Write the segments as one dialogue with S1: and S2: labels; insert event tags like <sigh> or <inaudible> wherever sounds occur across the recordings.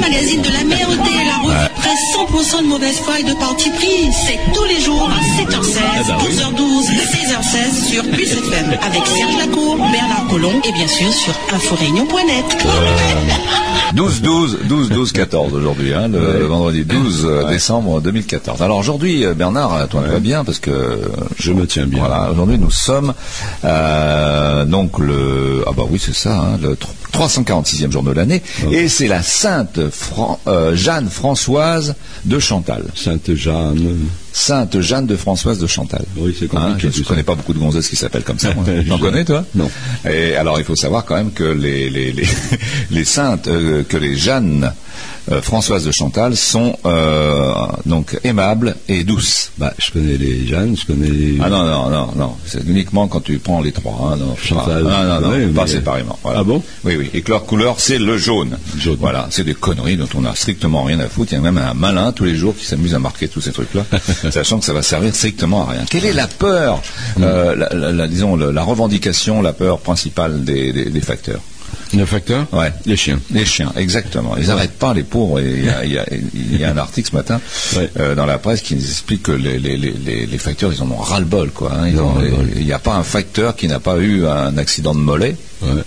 S1: magazine de la merde, la revue presse 100% de mauvaise foi et de parti pris. C'est tous les jours à 7h16,
S2: Ah bah oui.
S1: 12h12 et 16h16 sur Plus FM avec Serge Lacour, Bernard Collomb et bien sûr sur inforéunion.net.
S3: 12, 12, 12, 12, 14 aujourd'hui, hein, le vendredi 12 décembre 2014. Alors aujourd'hui, euh, Bernard, toi tu vas bien parce que
S4: Je me tiens bien.
S3: voilà, aujourd'hui nous sommes euh, donc le ah bah oui c'est ça, hein, le tro- 346e jour de l'année et c'est la Sainte Fran- euh, Jeanne Françoise de Chantal,
S4: Sainte Jeanne.
S3: Sainte Jeanne de Françoise de Chantal.
S4: Oui, c'est
S3: Hein,
S4: compliqué.
S3: je
S4: tout
S3: ne
S4: ça.
S3: connais pas beaucoup de gonzesses qui s'appellent comme
S4: <laughs>
S3: ça. moi.
S4: Je-
S3: T'en connais, toi
S4: Non.
S3: Et alors, il faut savoir quand même que les, les, <laughs> les, les saintes, euh, que les Jeannes euh, Françoises de Chantal sont euh, donc aimables et douces.
S4: Bah, je connais les Jeanne, je connais les...
S3: Ah non, non, non, non. C'est uniquement quand tu prends les trois. hein, non,
S4: Chantal,
S3: pas, non, non, non,
S4: oui,
S3: pas
S4: mais-
S3: séparément. voilà.
S4: Ah bon
S3: Oui, oui. Et que leur couleur, c'est le jaune.
S4: Jaune.
S3: Voilà, c'est des conneries dont on n'a strictement rien à foutre. Il y a même un malin tous les jours qui s'amuse à marquer tous ces
S4: <laughs>
S3: trucs-là, sachant que ça va servir strictement à rien. Quelle est la peur, euh, la, la- la- disons, le- la revendication, la peur principale des, des- des facteurs
S4: Le facteur
S3: Ouais.
S4: Les chiens.
S3: les chiens, exactement. Ils n'arrêtent pas, les pauvres. Et Il y a, il y a- il y a un article ce matin
S4: Ouais.
S3: euh, dans la presse qui nous explique que les, les, les- les- les facteurs, ils en ont ras-le-bol. quoi, hein. Ils
S4: Ils en
S3: ont-
S4: ont ras-le-bol.
S3: Il n'y a pas un facteur qui n'a pas eu un accident de mollet
S4: Ouais.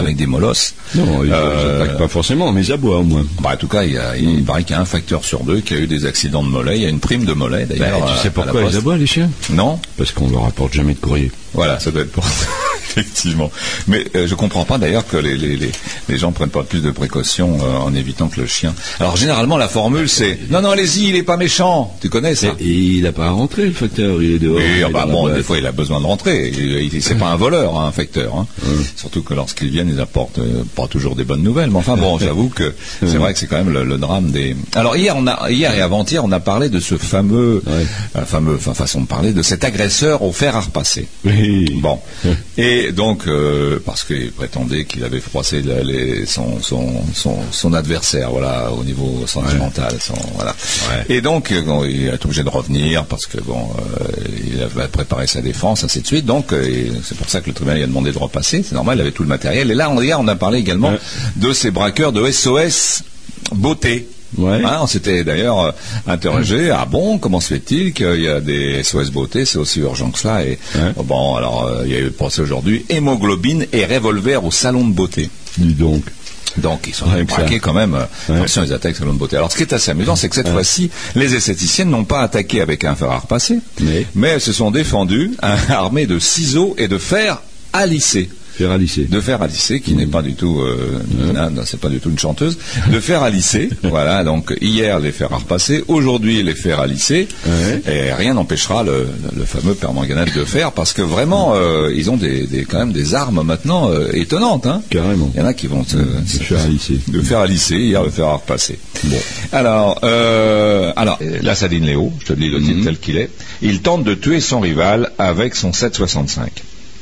S3: avec des molosses.
S4: Non, ils
S3: Euh,
S4: n'attaquent pas forcément, mais ils aboient au moins.
S3: bah, en tout cas, il, y a- il paraît qu'il y a un facteur sur deux qui a eu des accidents de mollet. Il y a une prime de mollet, d'ailleurs.
S4: Bah,
S3: euh,
S4: tu
S3: à-
S4: sais
S3: à la
S4: pourquoi
S3: poste.
S4: ils aboient, les chiens
S3: Non
S4: Parce qu'on leur apporte jamais de courrier.
S3: Voilà, ça doit être pour ça, <laughs> effectivement. Mais euh, je comprends pas d'ailleurs que les, les, les, les gens prennent pas plus de précautions euh, en évitant que le chien. Alors généralement la formule c'est non non allez-y il est pas méchant. Tu connais ça
S4: Et il n'a pas à rentrer, le facteur, il est dehors. il
S3: Ah. oui,
S4: est
S3: ah bah
S4: dans la
S3: bon,
S4: boîte.
S3: des fois il a besoin de rentrer. Il- il- C'est pas un voleur, hein, un facteur. hein. Surtout que lorsqu'ils viennent, ils apportent euh, pas toujours des bonnes nouvelles. Mais enfin
S4: <laughs>
S3: bon, j'avoue que c'est vrai que c'est quand même le, le drame des. Alors hier, on a hier et avant-hier, on a parlé de ce fameux,
S4: Ouais.
S3: euh, fameux, enfin façon de parler, de cet agresseur au fer à repasser.
S4: Oui. <laughs>
S3: Bon. Et donc, euh, parce qu'il prétendait qu'il avait froissé la- les- son, son, son, son adversaire, voilà, au niveau sentimental. son- voilà. Et donc, euh, bon, il est obligé de revenir parce que, bon, euh, il avait préparé sa défense, ainsi de suite. Donc, euh, et c'est pour ça que le tribunal lui a demandé de repasser. C'est normal, il avait tout le matériel. Et là, on, hier, on a parlé également
S4: Ouais.
S3: de ces braqueurs de SOS Beauté.
S4: Ouais.
S3: Hein, on s'était d'ailleurs euh, interrogé, ah bon, comment se fait-il qu'il y a des SOS beauté, c'est aussi urgent que cela et,
S4: Ouais.
S3: Bon, alors, euh, il y a eu le procès aujourd'hui, hémoglobine et revolver au salon de beauté.
S4: Dis donc.
S3: Donc, ils sont
S4: Ouais,
S3: braqués
S4: ça.
S3: quand même. euh,
S4: Ouais.
S3: Attention, ils attaquent le salon de beauté. Alors, ce qui est assez amusant, c'est que cette fois-ci, les esthéticiennes n'ont pas attaqué avec un fer à repasser,
S4: Mais
S3: mais elles se sont défendues euh, armées de ciseaux et de fer à lisser
S4: faire à lycée.
S3: de faire à lycée, qui n'est pas du tout, euh, non, non, c'est pas du tout une chanteuse, de faire à
S4: <laughs>
S3: lycée. voilà, donc hier les faire à repasser, aujourd'hui les faire à lycée,
S4: Ouais.
S3: et rien n'empêchera le, le fameux permanganate de fer, parce que vraiment, euh, ils ont des, des- quand même des armes maintenant euh, étonnantes. Hein.
S4: Carrément.
S3: Il y en a qui vont se, se-
S4: De faire à lycée.
S3: de faire à lycée, hier le faire à repasser. Bon. Alors, euh, alors, euh, la Sadine Léo, je te dis le
S4: Mm-hmm.
S3: titre tel qu'il est, il tente de tuer son rival avec son 765.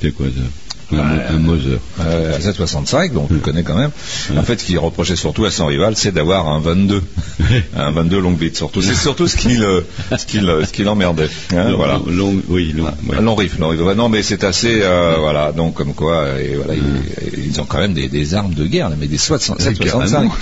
S4: C'est quoi ça Un,
S3: Ah,
S4: mo- un Moser.
S3: Euh, 765, donc tu connais quand même. En fait, ce qu'il reprochait surtout à son rival, c'est d'avoir un
S4: <laughs>
S3: 22, un 22 longue bite surtout. C'est surtout ce qu'il euh, ce qu'il euh, ce qu'il emmerdait. hein,
S4: Long-
S3: voilà.
S4: euh,
S3: Ah,
S4: long- oui, long, ouais.
S3: Long riff, long riff. Ouais, Non, mais c'est assez, euh, voilà. Donc comme quoi, euh, et voilà, ils, ils ont quand même des, des armes de guerre, là, mais des 60 765.
S4: carrément.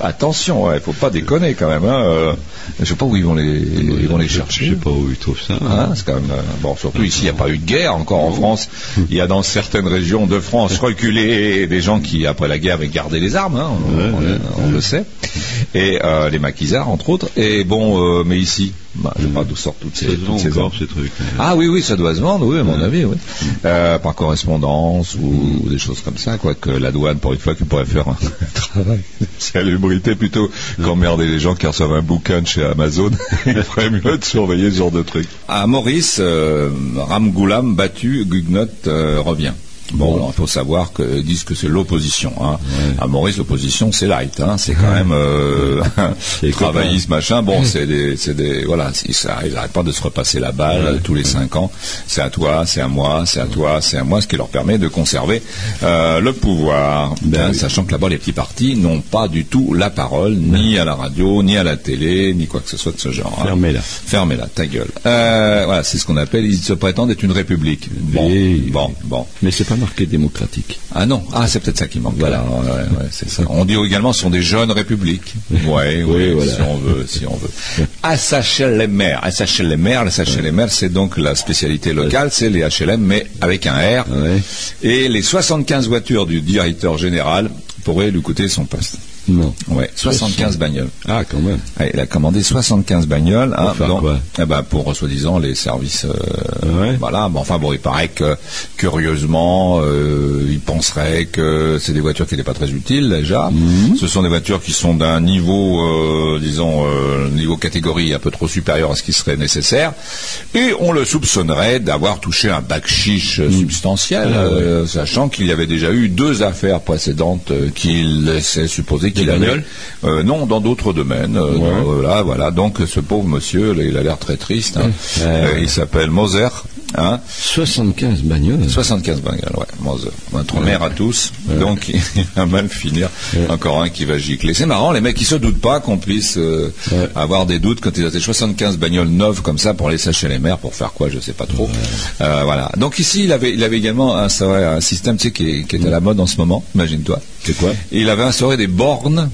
S3: Attention, ouais, faut pas déconner quand même. Hein. euh, Je sais pas où ils vont les ils vont les
S4: Je
S3: chercher.
S4: sais pas où ils trouvent ça.
S3: Hein, c'est quand même, euh, bon, surtout ici, il n'y a pas eu de guerre encore en France. Il y a dans certaines régions de France reculées des gens qui, après la guerre, avaient gardé les armes, hein, on,
S4: Ouais,
S3: on-
S4: ouais,
S3: on le sait. Et euh, les maquisards, entre autres. Et bon, euh, mais ici, bah, je sais pas d'où sortent toutes
S4: C'est
S3: ces, toutes ces
S4: encore hein.
S3: armes.
S4: ces trucs.
S3: Ah oui, oui, ça doit se vendre, oui, à mon avis, oui. Euh, par correspondance ou, ou des choses comme ça, quoique la douane, pour une fois, qui pourrait faire un <laughs> travail de salubrité plutôt qu'emmerder les gens qui reçoivent un bouquin de chez Amazon. <laughs> Il ferait mieux de surveiller ce genre de truc. À Ah, Maurice, euh, Ramgoulam battu, Gugnot euh, revient. Bon, alors, il faut savoir que ils disent que c'est l'opposition. Hein. À Maurice, l'opposition, c'est light. Hein. C'est quand même <laughs> euh,
S4: les copains.
S3: travailler ce machin, bon, c'est des, c'est des, voilà, ils ça- ils n'arrêtent pas de se repasser la balle euh, tous les cinq ans. C'est à toi, c'est à moi, c'est à toi, c'est à moi, ce qui leur permet de conserver euh, le pouvoir. Hein, Sachant que là-bas, les petits partis n'ont pas du tout la parole, ni à la radio, ni à la télé, ni quoi que ce soit de ce genre. hein.
S4: Fermez-la.
S3: Fermez-la, ta gueule. Euh, voilà, c'est ce qu'on appelle, ils se prétendent être une république. Bon,
S4: Oui.
S3: bon, bon.
S4: Mais c'est pas pas marqué démocratique.
S3: Ah non, ah c'est peut-être ça qui manque. Voilà, ouais, ouais, c'est ça. On dit également, ce sont des jeunes républiques. Ouais, oui,
S4: Oui, voilà.
S3: si on veut, si on veut. À HLMR, à HLMR, les HLMR, c'est donc la spécialité locale, c'est les HLM, mais avec un R.
S4: Ouais.
S3: Et les 75 voitures du directeur général pourraient lui coûter son poste.
S4: Non.
S3: Ouais, 75 bagnoles.
S4: Ah, quand même.
S3: Ouais, il a commandé 75 bagnoles hein,
S4: Pour faire
S3: donc-
S4: quoi
S3: eh ben, pour euh, soi-disant les services. euh,
S4: Ouais.
S3: Voilà, mais enfin bon, il paraît que curieusement, euh, il penserait que c'est des voitures qui n'étaient pas très utiles déjà.
S4: Mhm.
S3: Ce sont des voitures qui sont d'un niveau, euh, disons, euh, niveau catégorie un peu trop supérieur à ce qui serait nécessaire, et on le soupçonnerait d'avoir touché un bac chiche euh, substantiel,
S4: Mhm. Ah, ouais.
S3: euh, sachant qu'il y avait déjà eu deux affaires précédentes euh, qui laissaient supposer qu'il avait
S4: bagnoles
S3: euh, non, dans d'autres domaines. euh,
S4: Ouais.
S3: dans- voilà, voilà. Donc ce pauvre monsieur, là, il a l'air très triste. hein.
S4: <laughs> Ouais.
S3: Euh, il s'appelle Moser. Hein
S4: 75 bagnoles.
S3: 75 bengales, ouais, Moser. Notre mère à tous. Donc <laughs> il va mal finir. Encore un qui va gicler. C'est marrant, les mecs, ils se doutent pas qu'on puisse euh,
S4: Ouais.
S3: avoir des doutes quand ils ont des 75 bagnoles neuves comme ça pour les chez les mères, pour faire quoi, je sais pas trop. Euh, voilà. Donc ici, il avait, il avait également instauré un système tu sais, qui, est, qui est à la mode en ce moment, imagine-toi.
S4: C'est quoi
S3: Il avait instauré des bornes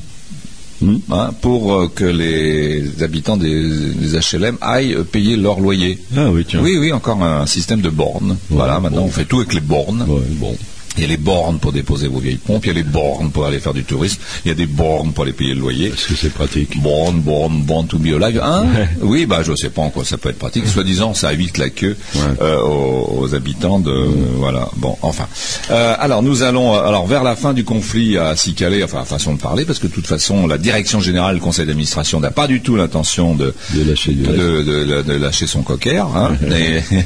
S4: Hmm.
S3: hein, pour euh, que les habitants des, des HLM aillent euh, payer leur loyer.
S4: Ah oui, tiens.
S3: Oui, oui, encore un système de bornes. voilà, maintenant
S4: bon.
S3: on fait tout avec les bornes.
S4: Ouais, bon.
S3: Il y a les bornes pour déposer vos vieilles pompes, il y a les bornes pour aller faire du tourisme, il y a des bornes pour aller payer le loyer.
S4: Parce que c'est pratique.
S3: Born, born, born to be alive. Hein Oui, bah je sais pas en quoi ça peut être pratique. Soi-disant, ça évite la queue
S4: Ouais.
S3: euh, aux, aux habitants de voilà. Bon, enfin. Euh, alors nous allons euh, alors vers la fin du conflit à s'y caler, enfin façon de parler, parce que de toute façon la direction générale, le conseil d'administration n'a pas du tout l'intention de
S4: De lâcher du lest.
S3: de, de- de lâcher son cocker. hein.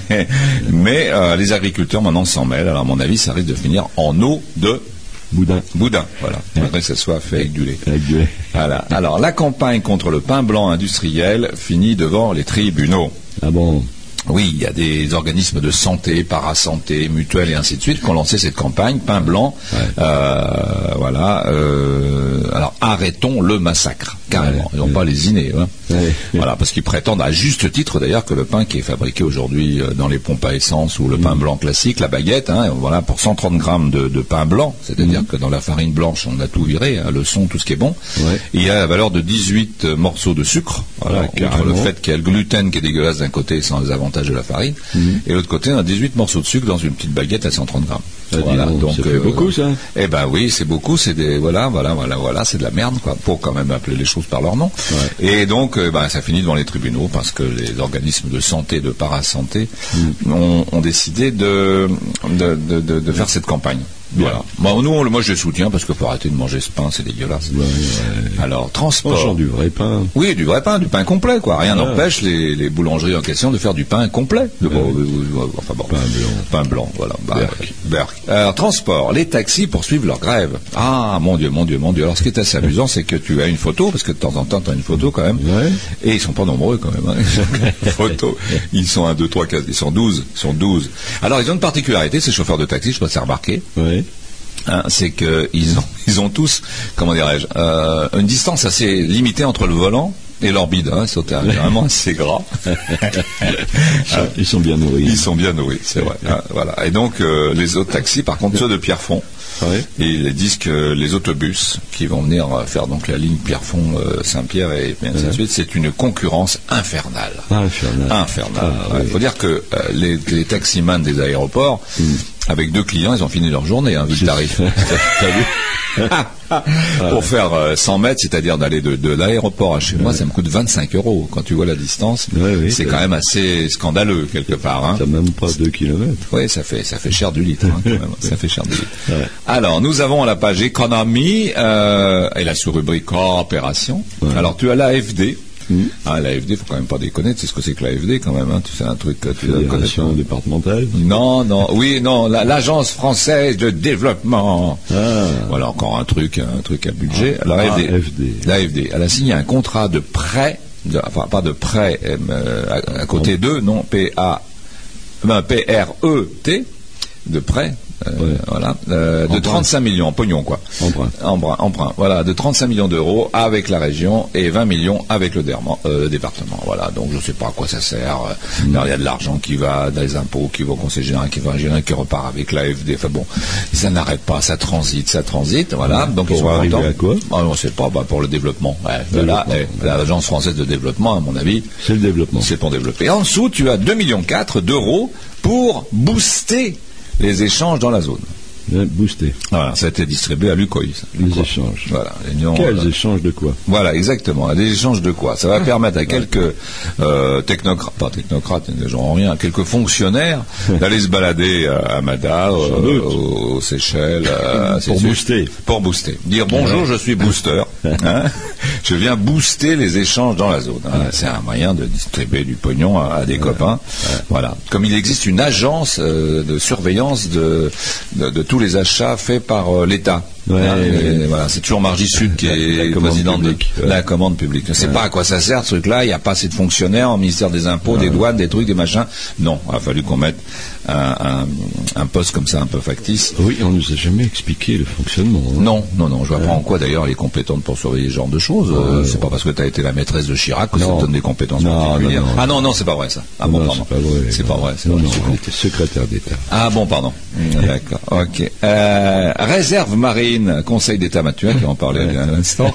S3: Et- mais <laughs> euh, les agriculteurs maintenant s'en mêlent. Alors à mon avis, ça risque de finir en eau de
S4: Boudin.
S3: boudin. Voilà. Faudrait que ça soit fait avec du lait.
S4: Avec du lait.
S3: Voilà. Alors, la campagne contre le pain blanc industriel finit devant les tribunaux.
S4: Ah bon
S3: Oui, il y a des organismes de santé, parasanté, mutuelle et ainsi de suite qui ont lancé cette campagne, pain blanc.
S4: Ouais.
S3: Euh, voilà. euh, alors, arrêtons le massacre, carrément.
S4: Ouais.
S3: Ils n'ont pas lésiné. Hein.
S4: Ouais.
S3: Voilà, parce qu'ils prétendent à juste titre d'ailleurs que le pain qui est fabriqué aujourd'hui euh, dans les pompes à essence ou le
S4: Mm.
S3: pain blanc classique, la baguette, hein, voilà, pour 130 grammes de, de pain blanc, c'est-à-dire
S4: Mm.
S3: que dans la farine blanche on a tout viré, hein, le son, tout ce qui est bon,
S4: Ouais.
S3: il y a la valeur de 18 morceaux de sucre, voilà,
S4: Ouais,
S3: outre le
S4: carrément.
S3: fait qu'il y a le gluten qui est dégueulasse d'un côté sans les avantages de la farine,
S4: Mhm.
S3: et de l'autre côté on a 18 morceaux de sucre dans une petite baguette à 130 grammes.
S4: Ah, dis donc, ça fait beaucoup, ça.
S3: Eh ben oui, c'est beaucoup, c'est des voilà, voilà, voilà, voilà, c'est de la merde quoi, pour quand même appeler les choses par leur nom. Et donc euh, ben, ça finit devant les tribunaux parce que les organismes de santé, de parasanté,
S4: Mhm.
S3: ont, ont décidé de de, de- de- de faire cette campagne. Voilà. Bon, nous, on le- moi, je le soutiens parce qu'il faut arrêter de manger ce pain, c'est dégueulasse. Alors, transport.
S4: Mangeons du vrai pain.
S3: Oui, du vrai pain, du pain complet, quoi. Rien
S4: Ah.
S3: n'empêche les, les boulangeries en question de faire du pain complet. De- bon, euh, euh, enfin bon.
S4: Pain blanc.
S3: Pain blanc, voilà. Bah,
S4: Berk.
S3: Berk. Alors, transport. Les taxis poursuivent leur grève. Ah, mon Dieu, mon Dieu, mon Dieu. Alors, ce qui est assez amusant, c'est que tu as une photo, parce que de temps en temps, tu as une photo quand même.
S4: Ouais.
S3: Et ils sont pas nombreux quand même. hein.
S4: <laughs>
S3: Ils sont- photo. Ils sont 1, 2, 3, 4, ils sont 12. Ils sont 12. Alors, ils ont une particularité, ces chauffeurs de taxi, je pense que c'est remarqué.
S4: Ouais.
S3: Hein, c'est que ils ont, ils ont tous, comment dirais-je, euh, une distance assez limitée entre le volant et leur bide. Hein, c'est vraiment assez gras.
S4: Ils sont, ils sont bien nourris.
S3: Ah. Ils sont bien nourris, c'est vrai. hein, voilà. Et donc euh, les autres taxis, par contre, ceux de Pierrefonds,
S4: Ouais.
S3: et ils disent que les autobus qui vont venir euh, faire donc la ligne Pierrefonds-Saint-Pierre et ainsi de suite, c'est une concurrence infernale.
S4: Ah, infernal.
S3: Infernal.
S4: Ah,
S3: Il
S4: oui.
S3: faut dire que euh, les, les taximans des aéroports,
S4: Hmm.
S3: avec deux clients, ils ont fini leur journée, hein, vu le tarif. <laughs> T'as
S4: <laughs>
S3: vu Pour faire euh, 100 mètres, c'est-à-dire d'aller de, de l'aéroport à chez moi, ça me coûte 25 euros. Quand tu vois la distance,
S4: Ouais, oui,
S3: c'est
S4: ça-
S3: quand même assez scandaleux quelque part. hein.
S4: T'as même pas 2 kilomètres.
S3: Oui, ça fait, ça fait cher du litre. hein, quand même. ça fait cher du litre. Alors, nous avons à la page économie euh, et la sous-rubrique coopération. Alors, tu as l'AFD. Ah, l'AFD, il faut quand même pas déconner. Tu sais ce que c'est que l'AFD quand même. Hein. Tu sais, un truc que tu dois connaître.
S4: Fédération départementale.
S3: Non, non, oui, non, la- l'Agence française de développement.
S4: Ah.
S3: Voilà encore un truc, un truc à budget. Alors,
S4: Ah,
S3: AFD,
S4: AFD.
S3: l'AFD, elle a signé un contrat de prêt, de- enfin pas de prêt euh, à, à côté d'eux, non, P-A, ben, P-R-E-T, E de prêt, Euh, Voilà. Euh, de
S4: Emprunt.
S3: 35 millions en pognon, quoi.
S4: Emprunt.
S3: Emprunt, emprunt. Voilà, de 35 millions d'euros avec la région et 20 millions avec le, derman- euh, le département. Voilà, donc je ne sais pas à quoi ça sert. Euh,
S4: Mm.
S3: alors, Il y a de l'argent qui va, des impôts qui vont au conseil général, qui va en général, qui repart avec l'AFD. Enfin bon, ça n'arrête pas, ça transite, ça transite. Voilà, donc
S4: Pour
S3: ils sont
S4: arriver
S3: contents.
S4: à quoi
S3: Ah, On ne sait pas, bah, pour le développement. Ouais, voilà,
S4: Développement.
S3: eh, l'agence française de développement, à mon avis,
S4: C'est le développement.
S3: c'est pour développer. Et en dessous, tu as 2,4 millions d'euros pour booster les échanges dans la zone.
S4: Hein, Boosté.
S3: Voilà, ça a été distribué à Lucoil. ça.
S4: Les
S3: Lucoil.
S4: échanges.
S3: Voilà, l'Union-
S4: Quels
S3: voilà.
S4: échanges de quoi
S3: Voilà, exactement. Des échanges de quoi
S4: Ah.
S3: Ça va permettre à quelques euh, technocrates, pas technocrates, des gens en rien, à quelques
S4: <laughs>
S3: fonctionnaires d'aller se balader euh, à Mada,
S4: Sans
S3: euh,
S4: doute.
S3: aux Seychelles, euh, ainsi
S4: Pour
S3: de suite.
S4: booster.
S3: Pour booster. Dire bonjour, je suis
S4: <laughs>
S3: booster. Hein je viens booster les échanges dans la zone. Hein, C'est un moyen de distribuer du pognon à, à des copains. Voilà. Comme il existe une agence euh, de surveillance de, de, de tous les achats faits par euh, l'État.
S4: Ouais,
S3: Hein,
S4: ouais.
S3: et voilà, c'est toujours Margie Sud qui
S4: La- la
S3: est
S4: commande
S3: présidente de
S4: publique, ouais.
S3: la commande publique. Je ne sais pas à quoi ça sert ce truc-là. Il n'y a pas assez de fonctionnaires au ministère des Impôts, des douanes, des trucs, des machins. Non, il a fallu qu'on mette un, un- un poste comme ça un peu factice.
S4: Oui, on nous a jamais expliqué le fonctionnement. hein.
S3: Non, non, non. Je vois pas en quoi d'ailleurs elle est compétente pour surveiller ce genre de choses. Euh, c'est pas parce que tu as été la maîtresse de Chirac que ça
S4: Non.
S3: te donne des compétences
S4: Non,
S3: particulières.
S4: non, non.
S3: Ah non, non, c'est pas vrai ça. Ah bon,
S4: Non,
S3: pardon.
S4: c'est pas vrai.
S3: C'est pas vrai. c'est
S4: Non,
S3: vrai,
S4: non,
S3: c'est con.
S4: elle était secrétaire d'État.
S3: Ah bon, pardon. D'accord. Ok. Euh, réserve marine, Conseil d'État Mathieu, qui en parlait il y a un instant.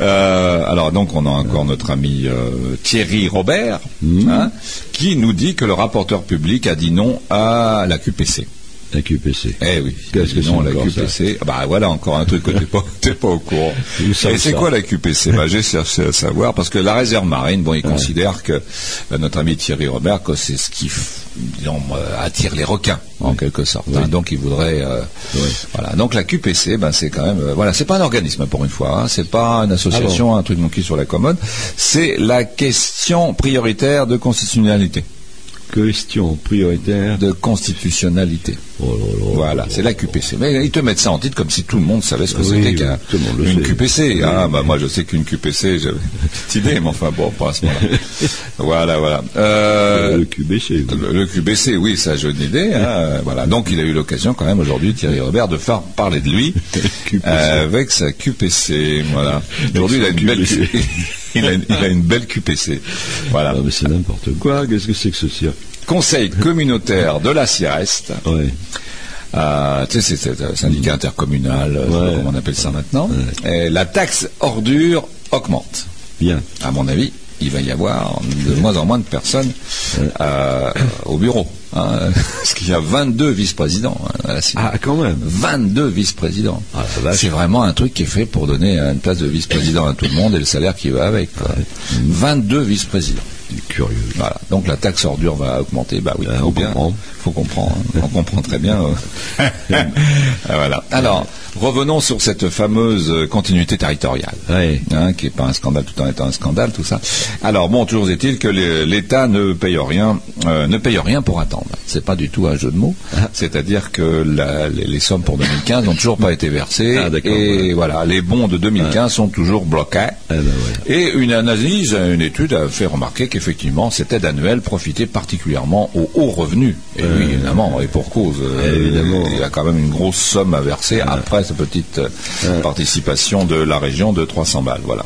S3: Euh, alors donc on a encore notre ami euh, Thierry Robert, hein, qui nous dit que le rapporteur public a dit non à la QPC.
S4: La QPC.
S3: Eh oui.
S4: Qu'est-ce que
S3: non
S4: c'est
S3: la
S4: encore, ça
S3: QPC Ah Bah voilà encore un truc que t'es pas, <laughs> t'es pas au courant.
S4: Où ça,
S3: Et
S4: où
S3: c'est
S4: ça
S3: quoi la QPC Bah j'ai cherché à savoir parce que la réserve marine, bon, il considère que euh, notre ami Thierry Robert que c'est ce qui f- disons, euh, attire les requins en quelque sorte. hein. donc il voudrait euh, voilà. Donc la QPC, ben c'est quand même euh, voilà, c'est pas un organisme pour une fois, hein. c'est pas une association,
S4: Ah
S3: un truc monkey sur la commode, c'est la question prioritaire de constitutionnalité,
S4: Question prioritaire.
S3: de constitutionnalité.
S4: Oh là là.
S3: Voilà, c'est la QPC. Mais ils te mettent ça en titre comme si tout le monde savait ce que
S4: Oui,
S3: c'était
S4: oui,
S3: qu'un-
S4: tout le monde le
S3: une
S4: sait.
S3: QPC. Ah, bah, moi, je sais qu'une QPC, j'avais une petite idée, mais enfin, bon, pas à ce
S4: <laughs>
S3: moment-là. Voilà, voilà. Euh,
S4: le QBC. oui.
S3: le, le QBC, oui, ça, j'ai une idée. hein, euh,
S4: <laughs>
S3: voilà. Donc, il a eu l'occasion, quand même, aujourd'hui, Thierry Robert, de faire parler de
S4: <laughs>
S3: lui
S4: QPC.
S3: euh, avec sa QPC. Voilà. Aujourd'hui, il a une belle
S4: QPC.
S3: <laughs> il a une- il a une belle QPC. Voilà.
S4: <laughs> Ah, mais c'est n'importe quoi. Qu'est-ce que c'est que ce cirque
S3: Conseil communautaire de la Sieste.
S4: Ouais.
S3: Euh, tu sais, c'est c'est un syndicat intercommunal, euh, je sais
S4: Ouais.
S3: pas comment on appelle ça maintenant. Et la taxe ordure augmente.
S4: Bien.
S3: À mon avis, il va y avoir de moins en moins de personnes euh, au bureau. hein. <laughs> parce qu'il y a 22 vice-présidents hein, à la CIVI.
S4: Ah, quand même.
S3: 22 vice-présidents.
S4: Ah, la vache.
S3: c'est vraiment un truc qui est fait pour donner une place de vice-président à tout le monde et le salaire qui va avec. quoi. 22 vice-présidents.
S4: C'est curieux.
S3: Voilà. Donc la taxe ordure va augmenter. Bah oui,
S4: Euh,
S3: faut
S4: on
S3: bien.
S4: comprend.
S3: Faut comprendre. hein. On comprend très bien.
S4: <laughs>
S3: euh. Ah, voilà. Alors, revenons sur cette fameuse euh, continuité territoriale.
S4: Ouais.
S3: Hein, qui n'est pas un scandale tout en étant un scandale, tout ça. Alors bon, toujours est-il que les- l'État ne paye rien, euh, ne paye rien pour attendre. C'est pas du tout un jeu de mots.
S4: Ah.
S3: C'est-à-dire que la- les, les sommes pour 2015 n'ont toujours pas été versées
S4: Ah, d'accord,
S3: et voilà, les bons de 2015 sont toujours bloqués.
S4: Ah, bah, ouais.
S3: Et une analyse, une étude a fait remarquer qu'effectivement, cette aide annuelle profitait particulièrement aux hauts revenus. Et oui, évidemment, et pour cause. euh,
S4: Euh, Évidemment.
S3: Il y a quand même une grosse somme à verser après cette petite euh, participation de la région de 300 balles. Voilà.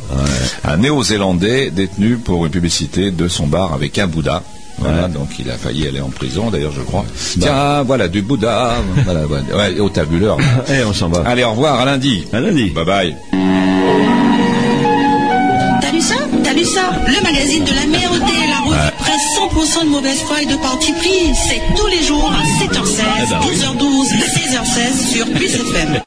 S3: Un néo-zélandais détenu pour une publicité de son bar avec un Bouddha. Voilà, donc il a failli aller en prison, d'ailleurs, je crois.
S4: Bah.
S3: Tiens, voilà, du Bouddha. voilà, voilà. Ouais, au tabuleur.
S4: <laughs> Eh, on s'en va.
S3: Allez, au revoir, à lundi.
S4: À lundi.
S3: Bye bye.
S1: <laughs> T'as lu ça T'as lu ça Le magazine de la mer et la revue presse 100% de mauvaise foi et de parti
S2: Ah bah
S1: pris. C'est tous les jours à 7h16,
S4: Eh ben oui.
S1: 11h12, 16h16 sur Plus FM.